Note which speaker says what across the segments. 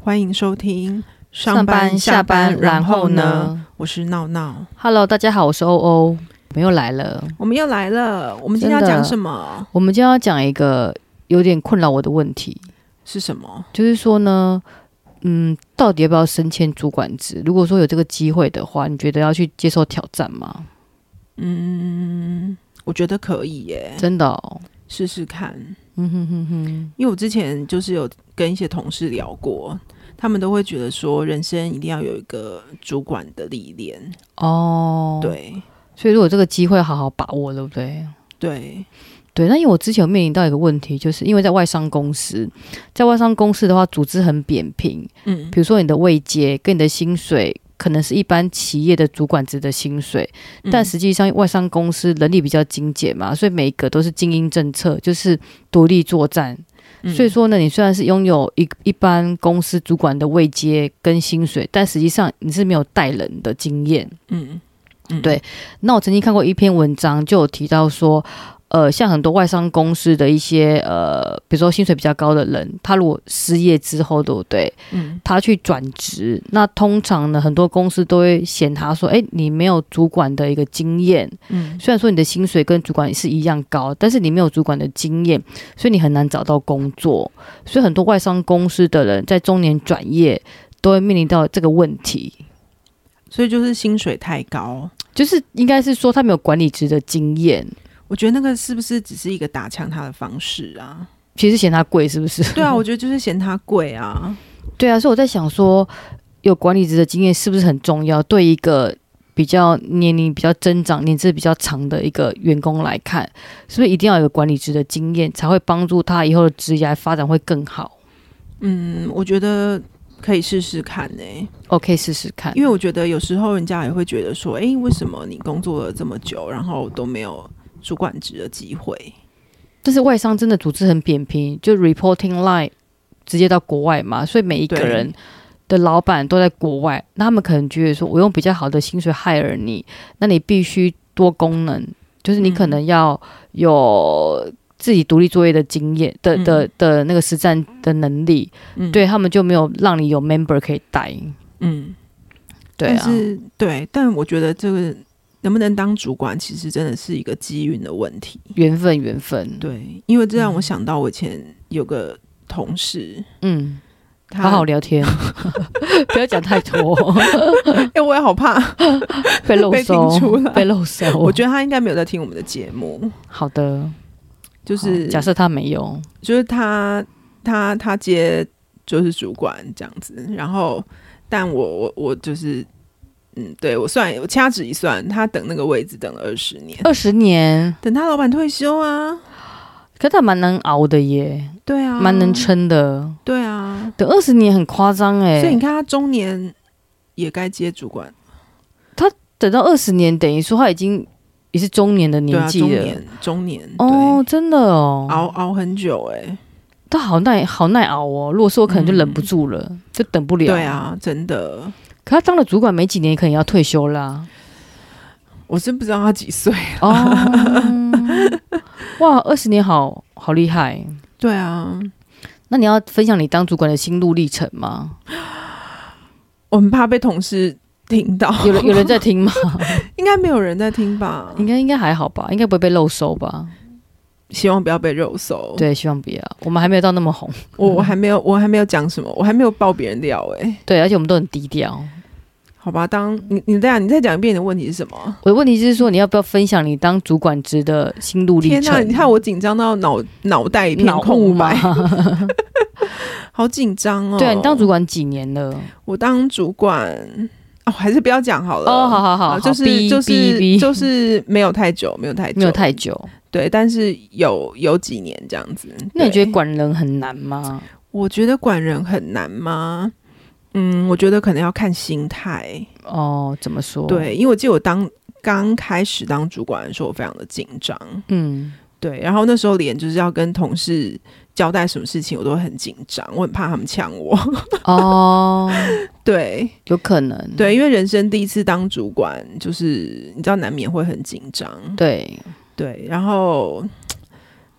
Speaker 1: 欢迎收听
Speaker 2: 上班下班，然后？呢
Speaker 1: 我是闹闹，
Speaker 2: ？Hello，大家好，我是欧欧，我们又来了。
Speaker 1: 我们又来了。我们今天要
Speaker 2: 真的
Speaker 1: 讲什么？
Speaker 2: 我们今天要讲一个有点困扰我的问题，
Speaker 1: 是什么？
Speaker 2: 就是说呢，嗯，到底要不要升迁主管职？如果说有这个机会的话，你觉得要去接受挑战吗？
Speaker 1: 嗯我觉得可以耶，
Speaker 2: 真的、哦，
Speaker 1: 试试看。
Speaker 2: 嗯哼哼哼，
Speaker 1: 因为我之前就是有跟一些同事聊过，他们都会觉得说，人生一定要有一个主管的历练。
Speaker 2: 哦，，
Speaker 1: 对
Speaker 2: 所以如果这个机会好好把握，对不对？
Speaker 1: 对，
Speaker 2: 对，那因为我之前有面临到一个问题，就是因为在外商公司，在外商公司的话，组织很扁平，
Speaker 1: 嗯
Speaker 2: 比如说你的位阶跟你的薪水，可能是一般企业的主管职的薪水，
Speaker 1: 嗯
Speaker 2: 但实际上外商公司人力比较精简嘛，所以每一个都是精英政策，就是独立作战。
Speaker 1: 嗯
Speaker 2: 所以说呢，你虽然是拥有一一般公司主管的位阶跟薪水，但实际上你是没有带人的经验。
Speaker 1: 嗯嗯
Speaker 2: 对那我曾经看过一篇文章，就有提到说，呃，像很多外商公司的一些呃，比如说薪水比较高的人，他如果失业之后，对不对？
Speaker 1: 嗯
Speaker 2: 他去转职，那通常呢，很多公司都会嫌他说，哎、你没有主管的一个经验，
Speaker 1: 嗯
Speaker 2: 虽然说你的薪水跟主管是一样高，但是你没有主管的经验，所以你很难找到工作。所以很多外商公司的人在中年转业都会面临到这个问题。
Speaker 1: 所以就是薪水太高。
Speaker 2: 就是应该是说他没有管理职的经验，
Speaker 1: 我觉得那个是不是只是一个打枪他的方式啊？
Speaker 2: 其实嫌他贵，是不是？
Speaker 1: 对啊，我觉得就是嫌他贵啊。
Speaker 2: 对啊，所以我在想说，有管理职的经验是不是很重要？对一个比较年龄比较增长、年资比较长的一个员工来看，是不是一定要有管理职的经验，才会帮助他以后的职业发展会更好
Speaker 1: 嗯，我觉得可以试试看呢、
Speaker 2: ？OK，试试看。
Speaker 1: 因为我觉得有时候人家也会觉得说，诶，为什么你工作了这么久，然后都没有主管职的机会？
Speaker 2: 但是外商真的组织很扁平，就 reporting line 直接到国外嘛，所以每一个
Speaker 1: 对
Speaker 2: 人的老板都在国外，那他们可能觉得说，我用比较好的薪水 hire 你，那你必须多功能，就是你
Speaker 1: 嗯
Speaker 2: 可能要有自己独立作业的经验的
Speaker 1: 嗯
Speaker 2: 的的那个实战的能力，
Speaker 1: 嗯，，
Speaker 2: 对他们就没有让你有 member 可以带，
Speaker 1: 嗯，
Speaker 2: 对
Speaker 1: 但
Speaker 2: 啊，
Speaker 1: 是对，但我觉得这个能不能当主管，其实真的是一个机运的问题。
Speaker 2: 缘分缘分，
Speaker 1: 对，因为这让我想到我以前有个同事，
Speaker 2: 嗯，
Speaker 1: 他
Speaker 2: 好好聊天， 不要讲太多，
Speaker 1: 哎、我也好怕，
Speaker 2: 被漏
Speaker 1: 被听出
Speaker 2: 收
Speaker 1: 来，
Speaker 2: 被漏收，
Speaker 1: 我觉得他应该没有在听我们的节目，
Speaker 2: 好的。
Speaker 1: 就
Speaker 2: 好
Speaker 1: 是
Speaker 2: 假设他没有，
Speaker 1: 就是他他他接就是主管这样子，然后但我我我就是嗯，对我算我掐指一算，他等那个位置等了二十年，
Speaker 2: 二十年，
Speaker 1: 等他老板退休啊，
Speaker 2: 可他蛮能熬的耶，
Speaker 1: 对啊，
Speaker 2: 蛮能，撑的。
Speaker 1: 对啊，
Speaker 2: 等二十年很夸张
Speaker 1: 所以你
Speaker 2: 哎，
Speaker 1: 看他中年也该接主管，
Speaker 2: 等到二十年，等于说他已经也是中年的
Speaker 1: 对啊，
Speaker 2: 年纪
Speaker 1: 中
Speaker 2: 了。
Speaker 1: 年中年
Speaker 2: 哦，
Speaker 1: 对
Speaker 2: 真的哦，
Speaker 1: 熬熬很久哎、
Speaker 2: 他好耐好耐熬哦。如果是我，可能就
Speaker 1: 嗯
Speaker 2: 忍不住了，就等不了。
Speaker 1: 对，啊，真的，
Speaker 2: 可他当了主管没几年，可能要退休 啦。
Speaker 1: 我真不知道他几岁，
Speaker 2: 哦，哇，二十年好好厉害。
Speaker 1: 对啊，
Speaker 2: 那你要分享你当主管的心路历程吗？
Speaker 1: 我很怕被同事听到，
Speaker 2: 有人有人在听吗？
Speaker 1: 应该没有人在听吧，
Speaker 2: 应该应该还好吧，应该不会被漏收吧？
Speaker 1: 希望不要被肉搜。
Speaker 2: 对，希望不要。我们还没有到那 么红，
Speaker 1: 我我还没有我还没有讲什么，我还没有爆别人料哎、
Speaker 2: 对，而且我们都很低调。
Speaker 1: 好吧，当你你这样，你再讲一遍你的问题是什么？
Speaker 2: 我的问题就是说，你要不要分享你当主管职的心路历
Speaker 1: 天
Speaker 2: 程？
Speaker 1: 你看我紧张到脑脑袋一片
Speaker 2: 脑雾
Speaker 1: 空
Speaker 2: 嘛
Speaker 1: 白，？ 好紧张哦。
Speaker 2: 对啊，你当主管几年了？
Speaker 1: 我当主管哦，还是不要讲好了。
Speaker 2: 哦，好好好，
Speaker 1: 啊就
Speaker 2: 好
Speaker 1: 是
Speaker 2: 哔
Speaker 1: 就是
Speaker 2: 哔哔
Speaker 1: 就是没有太久，没有太久，
Speaker 2: 没有太久。
Speaker 1: 对，但是有有几年这样子。
Speaker 2: 那
Speaker 1: 对
Speaker 2: 你觉得管人很难吗？
Speaker 1: 我觉得管人很难吗？嗯，我觉得可能要看心态。
Speaker 2: 哦，怎么说？，
Speaker 1: 对，因为我记得我当刚开始当主管的时候，我非常的紧张。
Speaker 2: 嗯，
Speaker 1: 对，然后那时候连就是要跟同事交代什么事情，我都会很紧张，我很怕他们呛我。
Speaker 2: 哦，
Speaker 1: 对
Speaker 2: 有可能，
Speaker 1: 对，因为人生第一次当主管，就是你知道难免会很紧张。
Speaker 2: 对，
Speaker 1: 对，然后，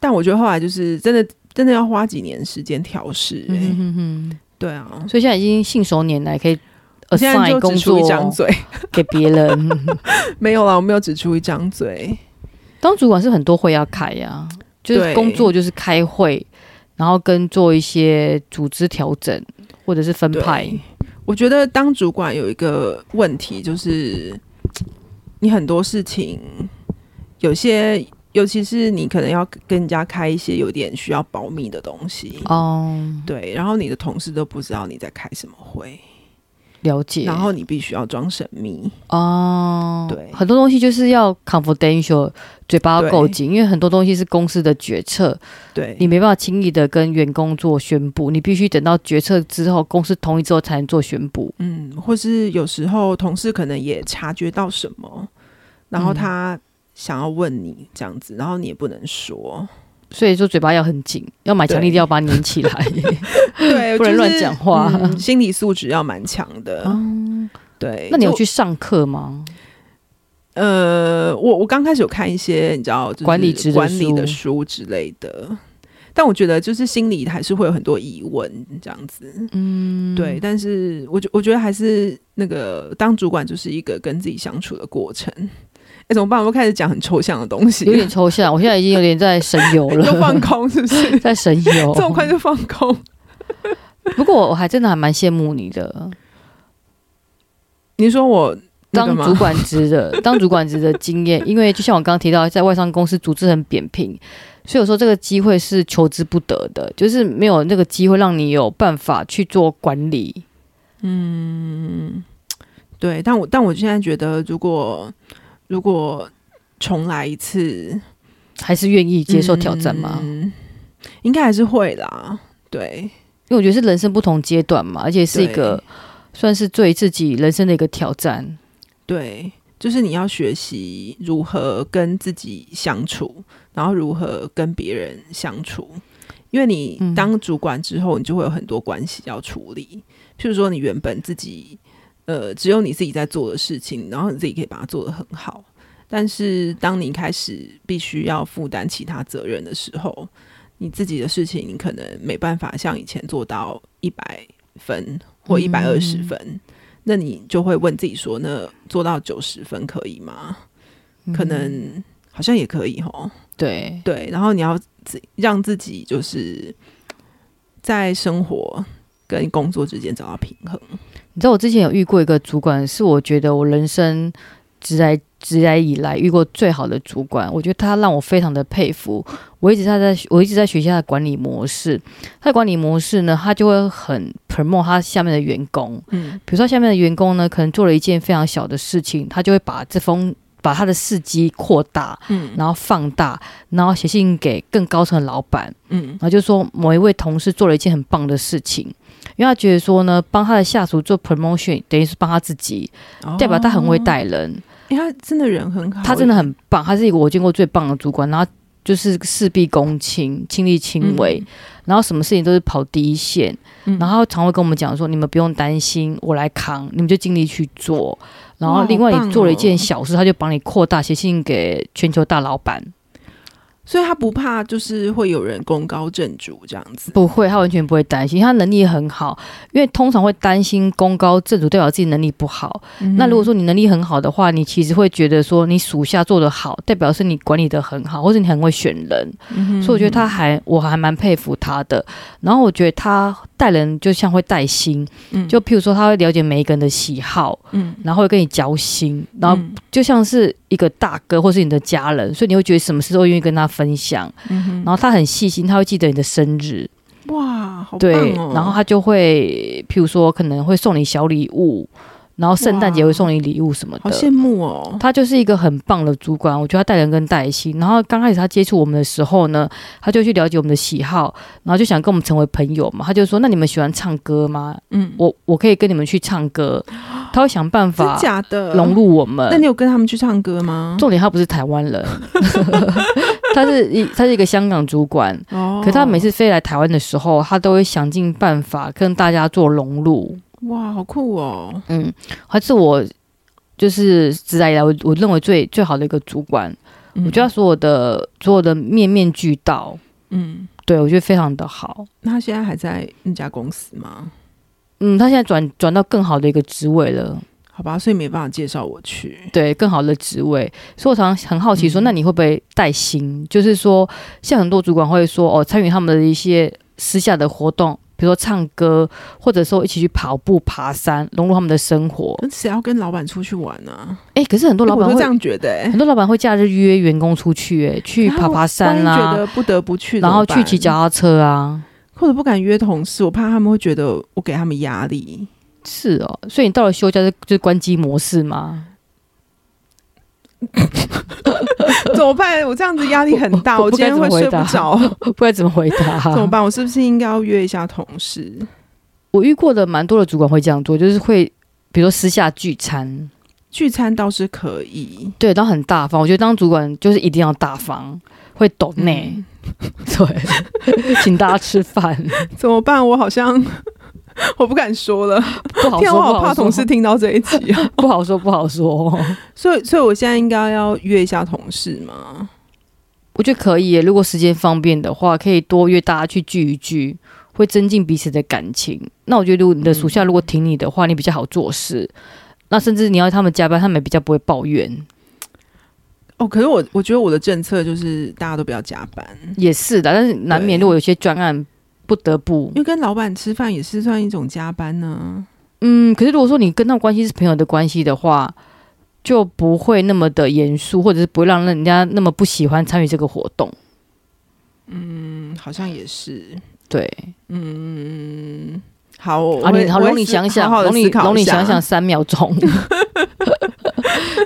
Speaker 1: 但我觉得后来就是真的真的要花几年时间调试、欸。
Speaker 2: 嗯哼哼哼
Speaker 1: 对啊，
Speaker 2: 所以现在已经信手拈来，可以
Speaker 1: 我现在
Speaker 2: assign
Speaker 1: 就
Speaker 2: 工
Speaker 1: 只出一张
Speaker 2: 作
Speaker 1: 嘴，
Speaker 2: 给别人。
Speaker 1: 没有啦，我没有只出一张嘴。
Speaker 2: 当主管是很多会要开呀、就是
Speaker 1: 对
Speaker 2: 工作就是开会，然后跟做一些组织调整或者是分派。
Speaker 1: 我觉得当主管有一个问题，就是你很多事情，有些尤其是你可能要跟人家开一些有点需要保密的东西，
Speaker 2: 哦，
Speaker 1: 对，然后你的同事都不知道你在开什么会，
Speaker 2: 了解。
Speaker 1: 然后你必须要装神秘，
Speaker 2: 哦，
Speaker 1: 对
Speaker 2: 很多东西就是要 confidential，嘴巴要
Speaker 1: 对
Speaker 2: 够紧，因为很多东西是公司的决策，
Speaker 1: 对，
Speaker 2: 你没办法轻易的跟员工做宣布，你必须等到决策之后，公司同意之后才能做宣布。
Speaker 1: 嗯，或是有时候同事可能也察觉到什么，然后
Speaker 2: 嗯
Speaker 1: 他想要问你这样子，然后你也不能 说，
Speaker 2: 所以说嘴巴要很紧，要买强力
Speaker 1: 对
Speaker 2: 胶把它粘 起来。
Speaker 1: 对，
Speaker 2: 不
Speaker 1: 就是
Speaker 2: 能乱讲话哦
Speaker 1: 嗯心理素质要蛮强的。对，
Speaker 2: 那你有
Speaker 1: 哦就
Speaker 2: 去上课吗？
Speaker 1: 呃，我我刚开始有看一些你知道、就是
Speaker 2: 管理职的
Speaker 1: 管理的
Speaker 2: 书
Speaker 1: 书之类的，但我觉得就是心里还是会有很多疑问这样子。嗯，对，但是我觉我觉得还是那个当主管就是一个跟自己相处的过程。哎，怎么办？我们开始讲很抽象的东西，
Speaker 2: 有点抽象，我现在已经有点在神游
Speaker 1: 又放
Speaker 2: 了，
Speaker 1: 空，是不 是？
Speaker 2: 在神游
Speaker 1: 这。么快就放空？
Speaker 2: 不过我还真的还蛮羡慕你的，
Speaker 1: 你说我那个
Speaker 2: 当
Speaker 1: 吗
Speaker 2: 主管职的，当主管职的经验，因为就像我刚刚提到，在外商公司组织很扁平，所以我说这个机会是求之不得的，就是没有那个机会让你有办法去做管理。
Speaker 1: 嗯对，但我但我现在觉得，如果如果重来一次，
Speaker 2: 还是愿意接受挑战吗？
Speaker 1: 嗯，应该还是会啦。对，
Speaker 2: 因为我觉得是人生不同阶段嘛，而且是一
Speaker 1: 对
Speaker 2: 个算是对自己人生的一个挑战。
Speaker 1: 对，就是你要学习如何跟自己相处，然后如何跟别人相处。因为你
Speaker 2: 嗯
Speaker 1: 当主管之后，你就会有很多关系要处理。譬如说，你原本自己呃只有你自己在做的事情，然后你自己可以把它做得很好。但是当你开始必须要负担其他责任的时候，你自己的事情你可能没办法像以前做到一百分或一百二十分。那你就会问自己说，那做到九十分可以吗？可能好像也可以吼。
Speaker 2: 对，
Speaker 1: 对，然后你要自让自己就是在生活跟工作之间找到平衡。
Speaker 2: 你知道我之前有遇过一个主管，是我觉得我人生直来直来以来遇过最好的主管，我觉得他让我非常的佩服。我一直他在我一直在学习他的管理模式，他的管理模式呢，他就会很 promote 他下面的员工，
Speaker 1: 嗯
Speaker 2: 比如说下面的员工呢，可能做了一件非常小的事情，他就会把这封把他的事迹扩大，
Speaker 1: 嗯
Speaker 2: 然后放大，然后写信给更高层的老板，
Speaker 1: 嗯
Speaker 2: 然后就说某一位同事做了一件很棒的事情，因为他觉得说呢，帮他的下属做 promotion 等于是帮他自己，
Speaker 1: 嗯，
Speaker 2: 代表他很会
Speaker 1: 哦，
Speaker 2: 带人，
Speaker 1: 因为他真的人很好，
Speaker 2: 他真的很棒，他是一个我见过最棒的主管，然后就是事必躬亲，亲力亲为，然后什么事情都是跑第一线，
Speaker 1: 嗯，
Speaker 2: 然后他常会跟我们讲说，你们不用担心，我来扛，你们就尽力去做。然后
Speaker 1: 哇
Speaker 2: 另外
Speaker 1: 好棒
Speaker 2: 你做了一件
Speaker 1: 哦
Speaker 2: 小事，他就帮你扩大，写信给全球大老板。
Speaker 1: 所以他不怕就是会有人功高震主这样子。
Speaker 2: 不会，他完全不会担心，他能力很好。因为通常会担心功高震主，代表自己能力不好。嗯
Speaker 1: 嗯
Speaker 2: 那如果说你能力很好的话，你其实会觉得说你属下做得好，代表是你管理得很好，或者你很会选人。
Speaker 1: 嗯，
Speaker 2: 所以我觉得他还我还蛮佩服他的。然后我觉得他带人就像会带心，
Speaker 1: 嗯
Speaker 2: 就譬如说他会了解每一个人的喜好，
Speaker 1: 嗯，
Speaker 2: 然后会跟你交心，然后
Speaker 1: 嗯
Speaker 2: 就像是一个大哥或是你的家人，所以你会觉得什么事都愿意跟他分享。
Speaker 1: 嗯哼
Speaker 2: 然后他很细心，他会记得你的生日。
Speaker 1: 哇，好棒
Speaker 2: 对，
Speaker 1: 哦！
Speaker 2: 然后他就会，譬如说可能会送你小礼物，然后圣诞节
Speaker 1: 哇
Speaker 2: 会送你礼物什么
Speaker 1: 好
Speaker 2: 的
Speaker 1: 羡。慕哦，
Speaker 2: 他就是一个很棒的主管，我觉得他带人跟带心。然后刚开始他接触我们的时候呢，他就去了解我们的喜好，然后就想跟我们成为朋友嘛。他就说：“那你们喜欢唱歌吗？
Speaker 1: 嗯，
Speaker 2: 我我可以跟你们去唱 歌。”他会想办
Speaker 1: 真
Speaker 2: 法
Speaker 1: 假的
Speaker 2: 融入我
Speaker 1: 那
Speaker 2: 们
Speaker 1: 你。有跟他们去唱歌吗？
Speaker 2: 重点他不是台 湾人， 他是一他是一个香港主管，
Speaker 1: 哦
Speaker 2: 可他每次飞来台湾的时候，他都会想尽办法跟大家做融入。
Speaker 1: 哇，好酷哦！
Speaker 2: 嗯，还是我就是直来以来我我认为最最好的一个主管，
Speaker 1: 嗯
Speaker 2: 我觉得他所有的所有的面面俱到，
Speaker 1: 嗯，
Speaker 2: 对我觉得非常的好。
Speaker 1: 那他现在还在那家公司吗？
Speaker 2: 嗯，他现在转转到更好的一个职位了，
Speaker 1: 好吧，所以没办法介绍我去。
Speaker 2: 对，更好的职位。所以我常常很好奇说，
Speaker 1: 嗯
Speaker 2: 那你会不会带薪？就是说，像很多主管会说，哦，参与他们的一些私下的活动，比如说唱歌，或者说一起去跑步、爬山，融入他们的生活。
Speaker 1: 那谁要跟老板出去玩呢、
Speaker 2: 哎、可是很多老
Speaker 1: 我
Speaker 2: 板
Speaker 1: 都这
Speaker 2: 会，
Speaker 1: 样觉得、欸
Speaker 2: 很。多老板会假日约员工出去、哎，去爬爬山啦、
Speaker 1: 然后万一觉得不得不去，
Speaker 2: 然后
Speaker 1: 怎么
Speaker 2: 去
Speaker 1: 办
Speaker 2: 骑脚，踏车啊。
Speaker 1: 或者不敢约同事，我怕他们会觉得我给他们压力。
Speaker 2: 是哦，所以你到了休假就就是关机模式吗？
Speaker 1: 怎么办？我这样子压力很大，
Speaker 2: 我我
Speaker 1: 我
Speaker 2: 不
Speaker 1: 今
Speaker 2: 该
Speaker 1: 天会睡不着，
Speaker 2: 不知道怎么回 答、
Speaker 1: 怎么办？我是不是应该要约一下同事？
Speaker 2: 我遇过的蛮多的主管会这样做，就是会比如说私下聚餐，
Speaker 1: 聚餐倒是可以，
Speaker 2: 对，然后很大方。我觉得当主管就是一定要大方，会懂内、
Speaker 1: 嗯
Speaker 2: 对，请大家吃饭，
Speaker 1: 怎么办？我好像我不敢说了，
Speaker 2: 不好
Speaker 1: 天啊，
Speaker 2: 说，
Speaker 1: 我好
Speaker 2: 不好
Speaker 1: 怕
Speaker 2: 说
Speaker 1: 同事，听到这一集啊。
Speaker 2: 不好说，不好说。
Speaker 1: 所以，所以我现在应该要约一下同事吗？
Speaker 2: 我觉得可以耶，如果时间方便的话，可以多约大家去聚一聚，会增进彼此的感情。那我觉得，如果你的属下如果挺你的话，你比较好做事。那甚至你要他们加班，他们也比较不会抱怨。
Speaker 1: 哦，可是我我觉得我的政策就是大家都不要加班，
Speaker 2: 也是的，但是难免
Speaker 1: 对
Speaker 2: 如果有些专案不得不
Speaker 1: 因，为跟老板吃饭也是算一种加班呢、
Speaker 2: 嗯，可是如果说你跟他们关系是朋友的关系的话，就不会那么的严肃，或者是不会让人家那么不喜欢参与这个活动。
Speaker 1: 嗯，好像也是。
Speaker 2: 对，
Speaker 1: 嗯好，我
Speaker 2: 啊，
Speaker 1: 会
Speaker 2: 你好，
Speaker 1: 我会
Speaker 2: 容你
Speaker 1: 思
Speaker 2: 想想，
Speaker 1: 好好地
Speaker 2: 容你
Speaker 1: 思考
Speaker 2: 容
Speaker 1: 一
Speaker 2: 你
Speaker 1: 下
Speaker 2: 想想三秒钟。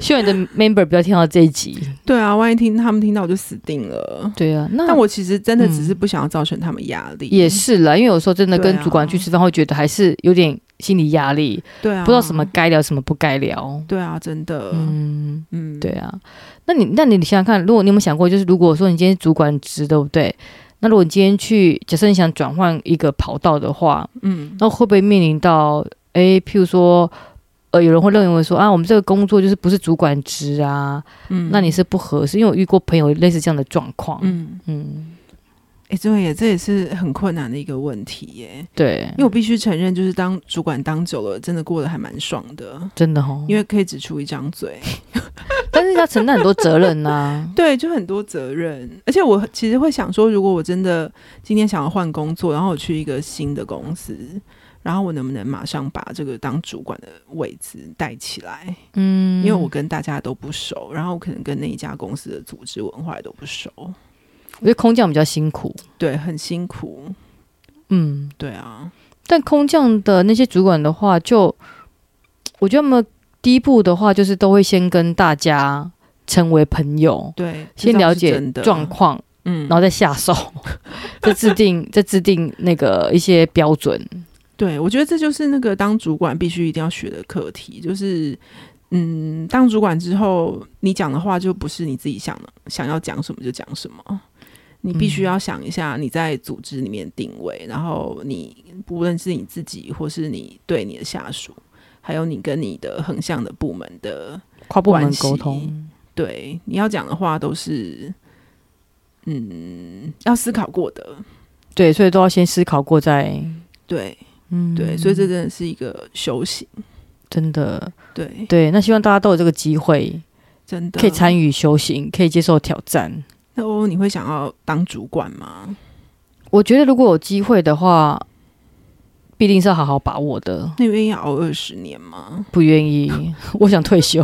Speaker 2: 希望你的 member 不要听到这一集。
Speaker 1: 对啊，万一听他们听到我就死定了。
Speaker 2: 对啊，那
Speaker 1: 但我其实真的只是
Speaker 2: 嗯
Speaker 1: 不想要造成他们压力，
Speaker 2: 也是啦，因为有时候真的
Speaker 1: 对啊
Speaker 2: 跟主管去吃饭，会觉得还是有点心理压力，
Speaker 1: 对啊，
Speaker 2: 不知道什么，该聊，什么不该聊。
Speaker 1: 对啊，真的，嗯
Speaker 2: 嗯。
Speaker 1: 嗯，
Speaker 2: 对啊，那你那你想想看，如果你有没有想过，就是如果说你今天是主管职，对不对？那如果你今天去，假设你想转换一个跑道的话，
Speaker 1: 嗯，
Speaker 2: 那会不会面临到，诶，譬如说，呃，有人会认为说啊，我们这个工作就是不是主管职啊，
Speaker 1: 嗯
Speaker 2: 那你是不合适，因为我遇过朋友类似这样的状况，嗯
Speaker 1: 嗯，哎、对耶，这也是很困难的一个问题耶，
Speaker 2: 对
Speaker 1: 因，为我必须承认，就是当主管当久了，真的过得还蛮爽的，
Speaker 2: 真的哦，
Speaker 1: 因为可以只出一张嘴，
Speaker 2: 但是要承担很多责 任呐、
Speaker 1: 对，就很多责任，而且我其实会想说，如果我真的今天想要换工作，然后我去一个新的公司。然后我能不能马上把这个当主管的位置带起来？
Speaker 2: 嗯，
Speaker 1: 因为我跟大家都不熟，然后我可能跟那一家公司的组织文化也都不熟，
Speaker 2: 我觉得空降比较辛苦，
Speaker 1: 对，很辛苦，
Speaker 2: 嗯。
Speaker 1: 对啊，
Speaker 2: 但空降的那些主管的话就，我觉得他们第一步的话，就是都会先跟大家成为朋友，
Speaker 1: 对，这
Speaker 2: 先
Speaker 1: 倒
Speaker 2: 了
Speaker 1: 是
Speaker 2: 解
Speaker 1: 真的
Speaker 2: 状，况，
Speaker 1: 嗯
Speaker 2: 然，后再下手， 再制定再制定那个一些标准。
Speaker 1: 对，我觉得这就是那个当主管必须一定要学的课题，就是。嗯，当主管之后，你讲的话就不是你自己想的，想要讲什么就讲什么。你必须
Speaker 2: 嗯
Speaker 1: 要想一下你在组织里面定位，然后你不论是你自己，或是你对你的下属，还有你跟你的横向的部门的
Speaker 2: 跨部门
Speaker 1: 关系
Speaker 2: 沟通，
Speaker 1: 对，你要讲的话都是，嗯，要思考过的。
Speaker 2: 对，所以都要先思考过再，
Speaker 1: 对
Speaker 2: 嗯，
Speaker 1: 对，所以这真的是一个修行。
Speaker 2: 真的
Speaker 1: 对，
Speaker 2: 对。那希望大家都有这个机会，
Speaker 1: 真的
Speaker 2: 可以参与修行，可以接受挑战。
Speaker 1: 那欧欧，你会想要当主管吗？
Speaker 2: 我觉得如果有机会的话，必定是要好好把握的。
Speaker 1: 那你愿意熬二十年吗？
Speaker 2: 不愿 意，我想退休，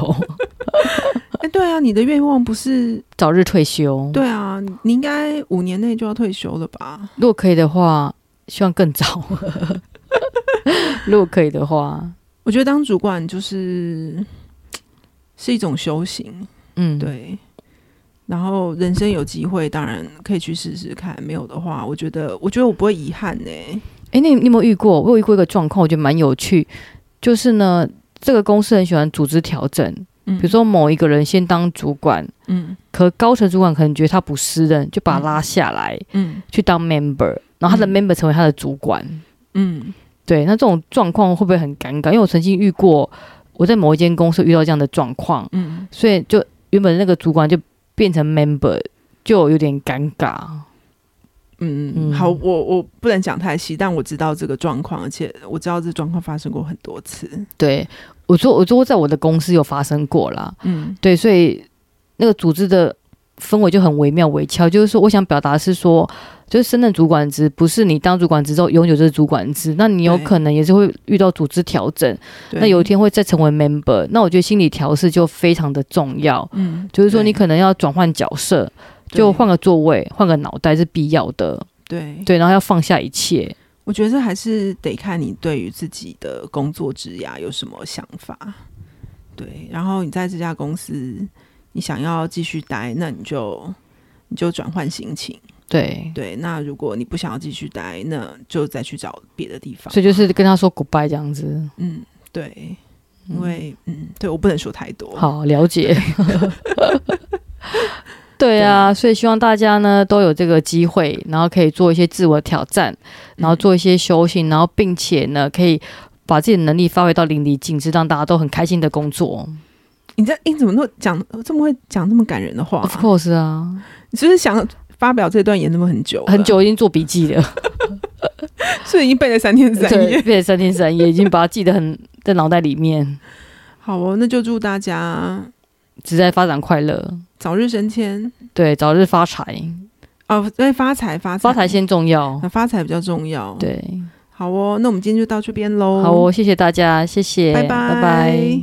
Speaker 1: 哎、对啊，你的愿望不是
Speaker 2: 早日退休。，
Speaker 1: 对啊，你应该五年内就要退休了吧？
Speaker 2: 如果可以的话，希望更 早。如果可以的话，
Speaker 1: 我觉得当主管就是是一种修行，
Speaker 2: 嗯，，
Speaker 1: 对。然后人生有机会，当然可以去试试看。没有的话，我觉得，我觉得我不会遗憾呢、
Speaker 2: 哎，那你你有没有遇过？我有遇过一个状况，我觉得蛮有趣，就是呢，这个公司很喜欢组织调整，
Speaker 1: 嗯，
Speaker 2: 比如，说某一个人先当主管，
Speaker 1: 嗯
Speaker 2: 可高层主管可能觉得他不是任，就把他
Speaker 1: 嗯
Speaker 2: 拉下来、
Speaker 1: 嗯
Speaker 2: 去当 member，然后他的
Speaker 1: 嗯
Speaker 2: member 成为他的主管。
Speaker 1: 嗯
Speaker 2: 对，那这种状况会不会很尴尬？因为我曾经遇过，我在某一间公司遇到这样的状况。
Speaker 1: 嗯，
Speaker 2: 所以就原本那个主管就变成 member，就有点尴尬。
Speaker 1: 嗯，好，我我不能讲太细，但我知道这个状况，而且我知道这状况发生过很多次。
Speaker 2: 对我说，我说在我的公司有发生过啦，
Speaker 1: 嗯
Speaker 2: 对，所以那个组织的氛围就很惟妙惟肖。就是说，我想表达的是说，就是升任主管职，不是你当主管职之后拥有这个主管职，那你有
Speaker 1: 对
Speaker 2: 可能也是会遇到组织调整，
Speaker 1: 对
Speaker 2: 那有一天会再成为 member。那我觉得心理调试就非常的重要，
Speaker 1: 嗯，
Speaker 2: 就是说
Speaker 1: 对
Speaker 2: 你可能要转换角色，
Speaker 1: 对
Speaker 2: 就换个座位，换个脑袋是必要的。
Speaker 1: 对，
Speaker 2: 对，然后要放下一切。
Speaker 1: 我觉得这还是得看你对于自己的工作职涯有什么想法。对，然后你在这家公司，你想要继续待，那你就你就转换心情。
Speaker 2: 对，
Speaker 1: 对，那如果你不想要继续待，那就再去找别的地方。
Speaker 2: 所以就是跟他说 goodbye 这样子。
Speaker 1: 嗯，对，
Speaker 2: 嗯
Speaker 1: 因为嗯，对我不能说太多。，
Speaker 2: 好，了解。 对啊，所以希望大家呢都有这个机会，然后可以做一些自我挑战，
Speaker 1: 嗯
Speaker 2: 然后做一些修行，然后并且呢可以把自己的能力发挥到淋漓尽致，让大家都很开心的工作。
Speaker 1: 你这你怎么都讲这么会讲这么感人的话、
Speaker 2: Of course 啊，
Speaker 1: 你是不是想发表这段言论很久了
Speaker 2: 很，久已经做笔记了，
Speaker 1: 是不是已经背了三天三夜
Speaker 2: 对，。变成三天三夜，已经把它记得很在脑袋里面，
Speaker 1: 好哦，那就祝大家
Speaker 2: 只在发展快乐，
Speaker 1: 早日升迁
Speaker 2: 对，早日发财，
Speaker 1: 哦，对，发财发财
Speaker 2: 发财先重要
Speaker 1: 那、，发财比较重要。，
Speaker 2: 对，
Speaker 1: 好哦，那我们今天就到这边喽。
Speaker 2: 好哦，谢谢大家，谢谢，
Speaker 1: 拜拜
Speaker 2: 拜拜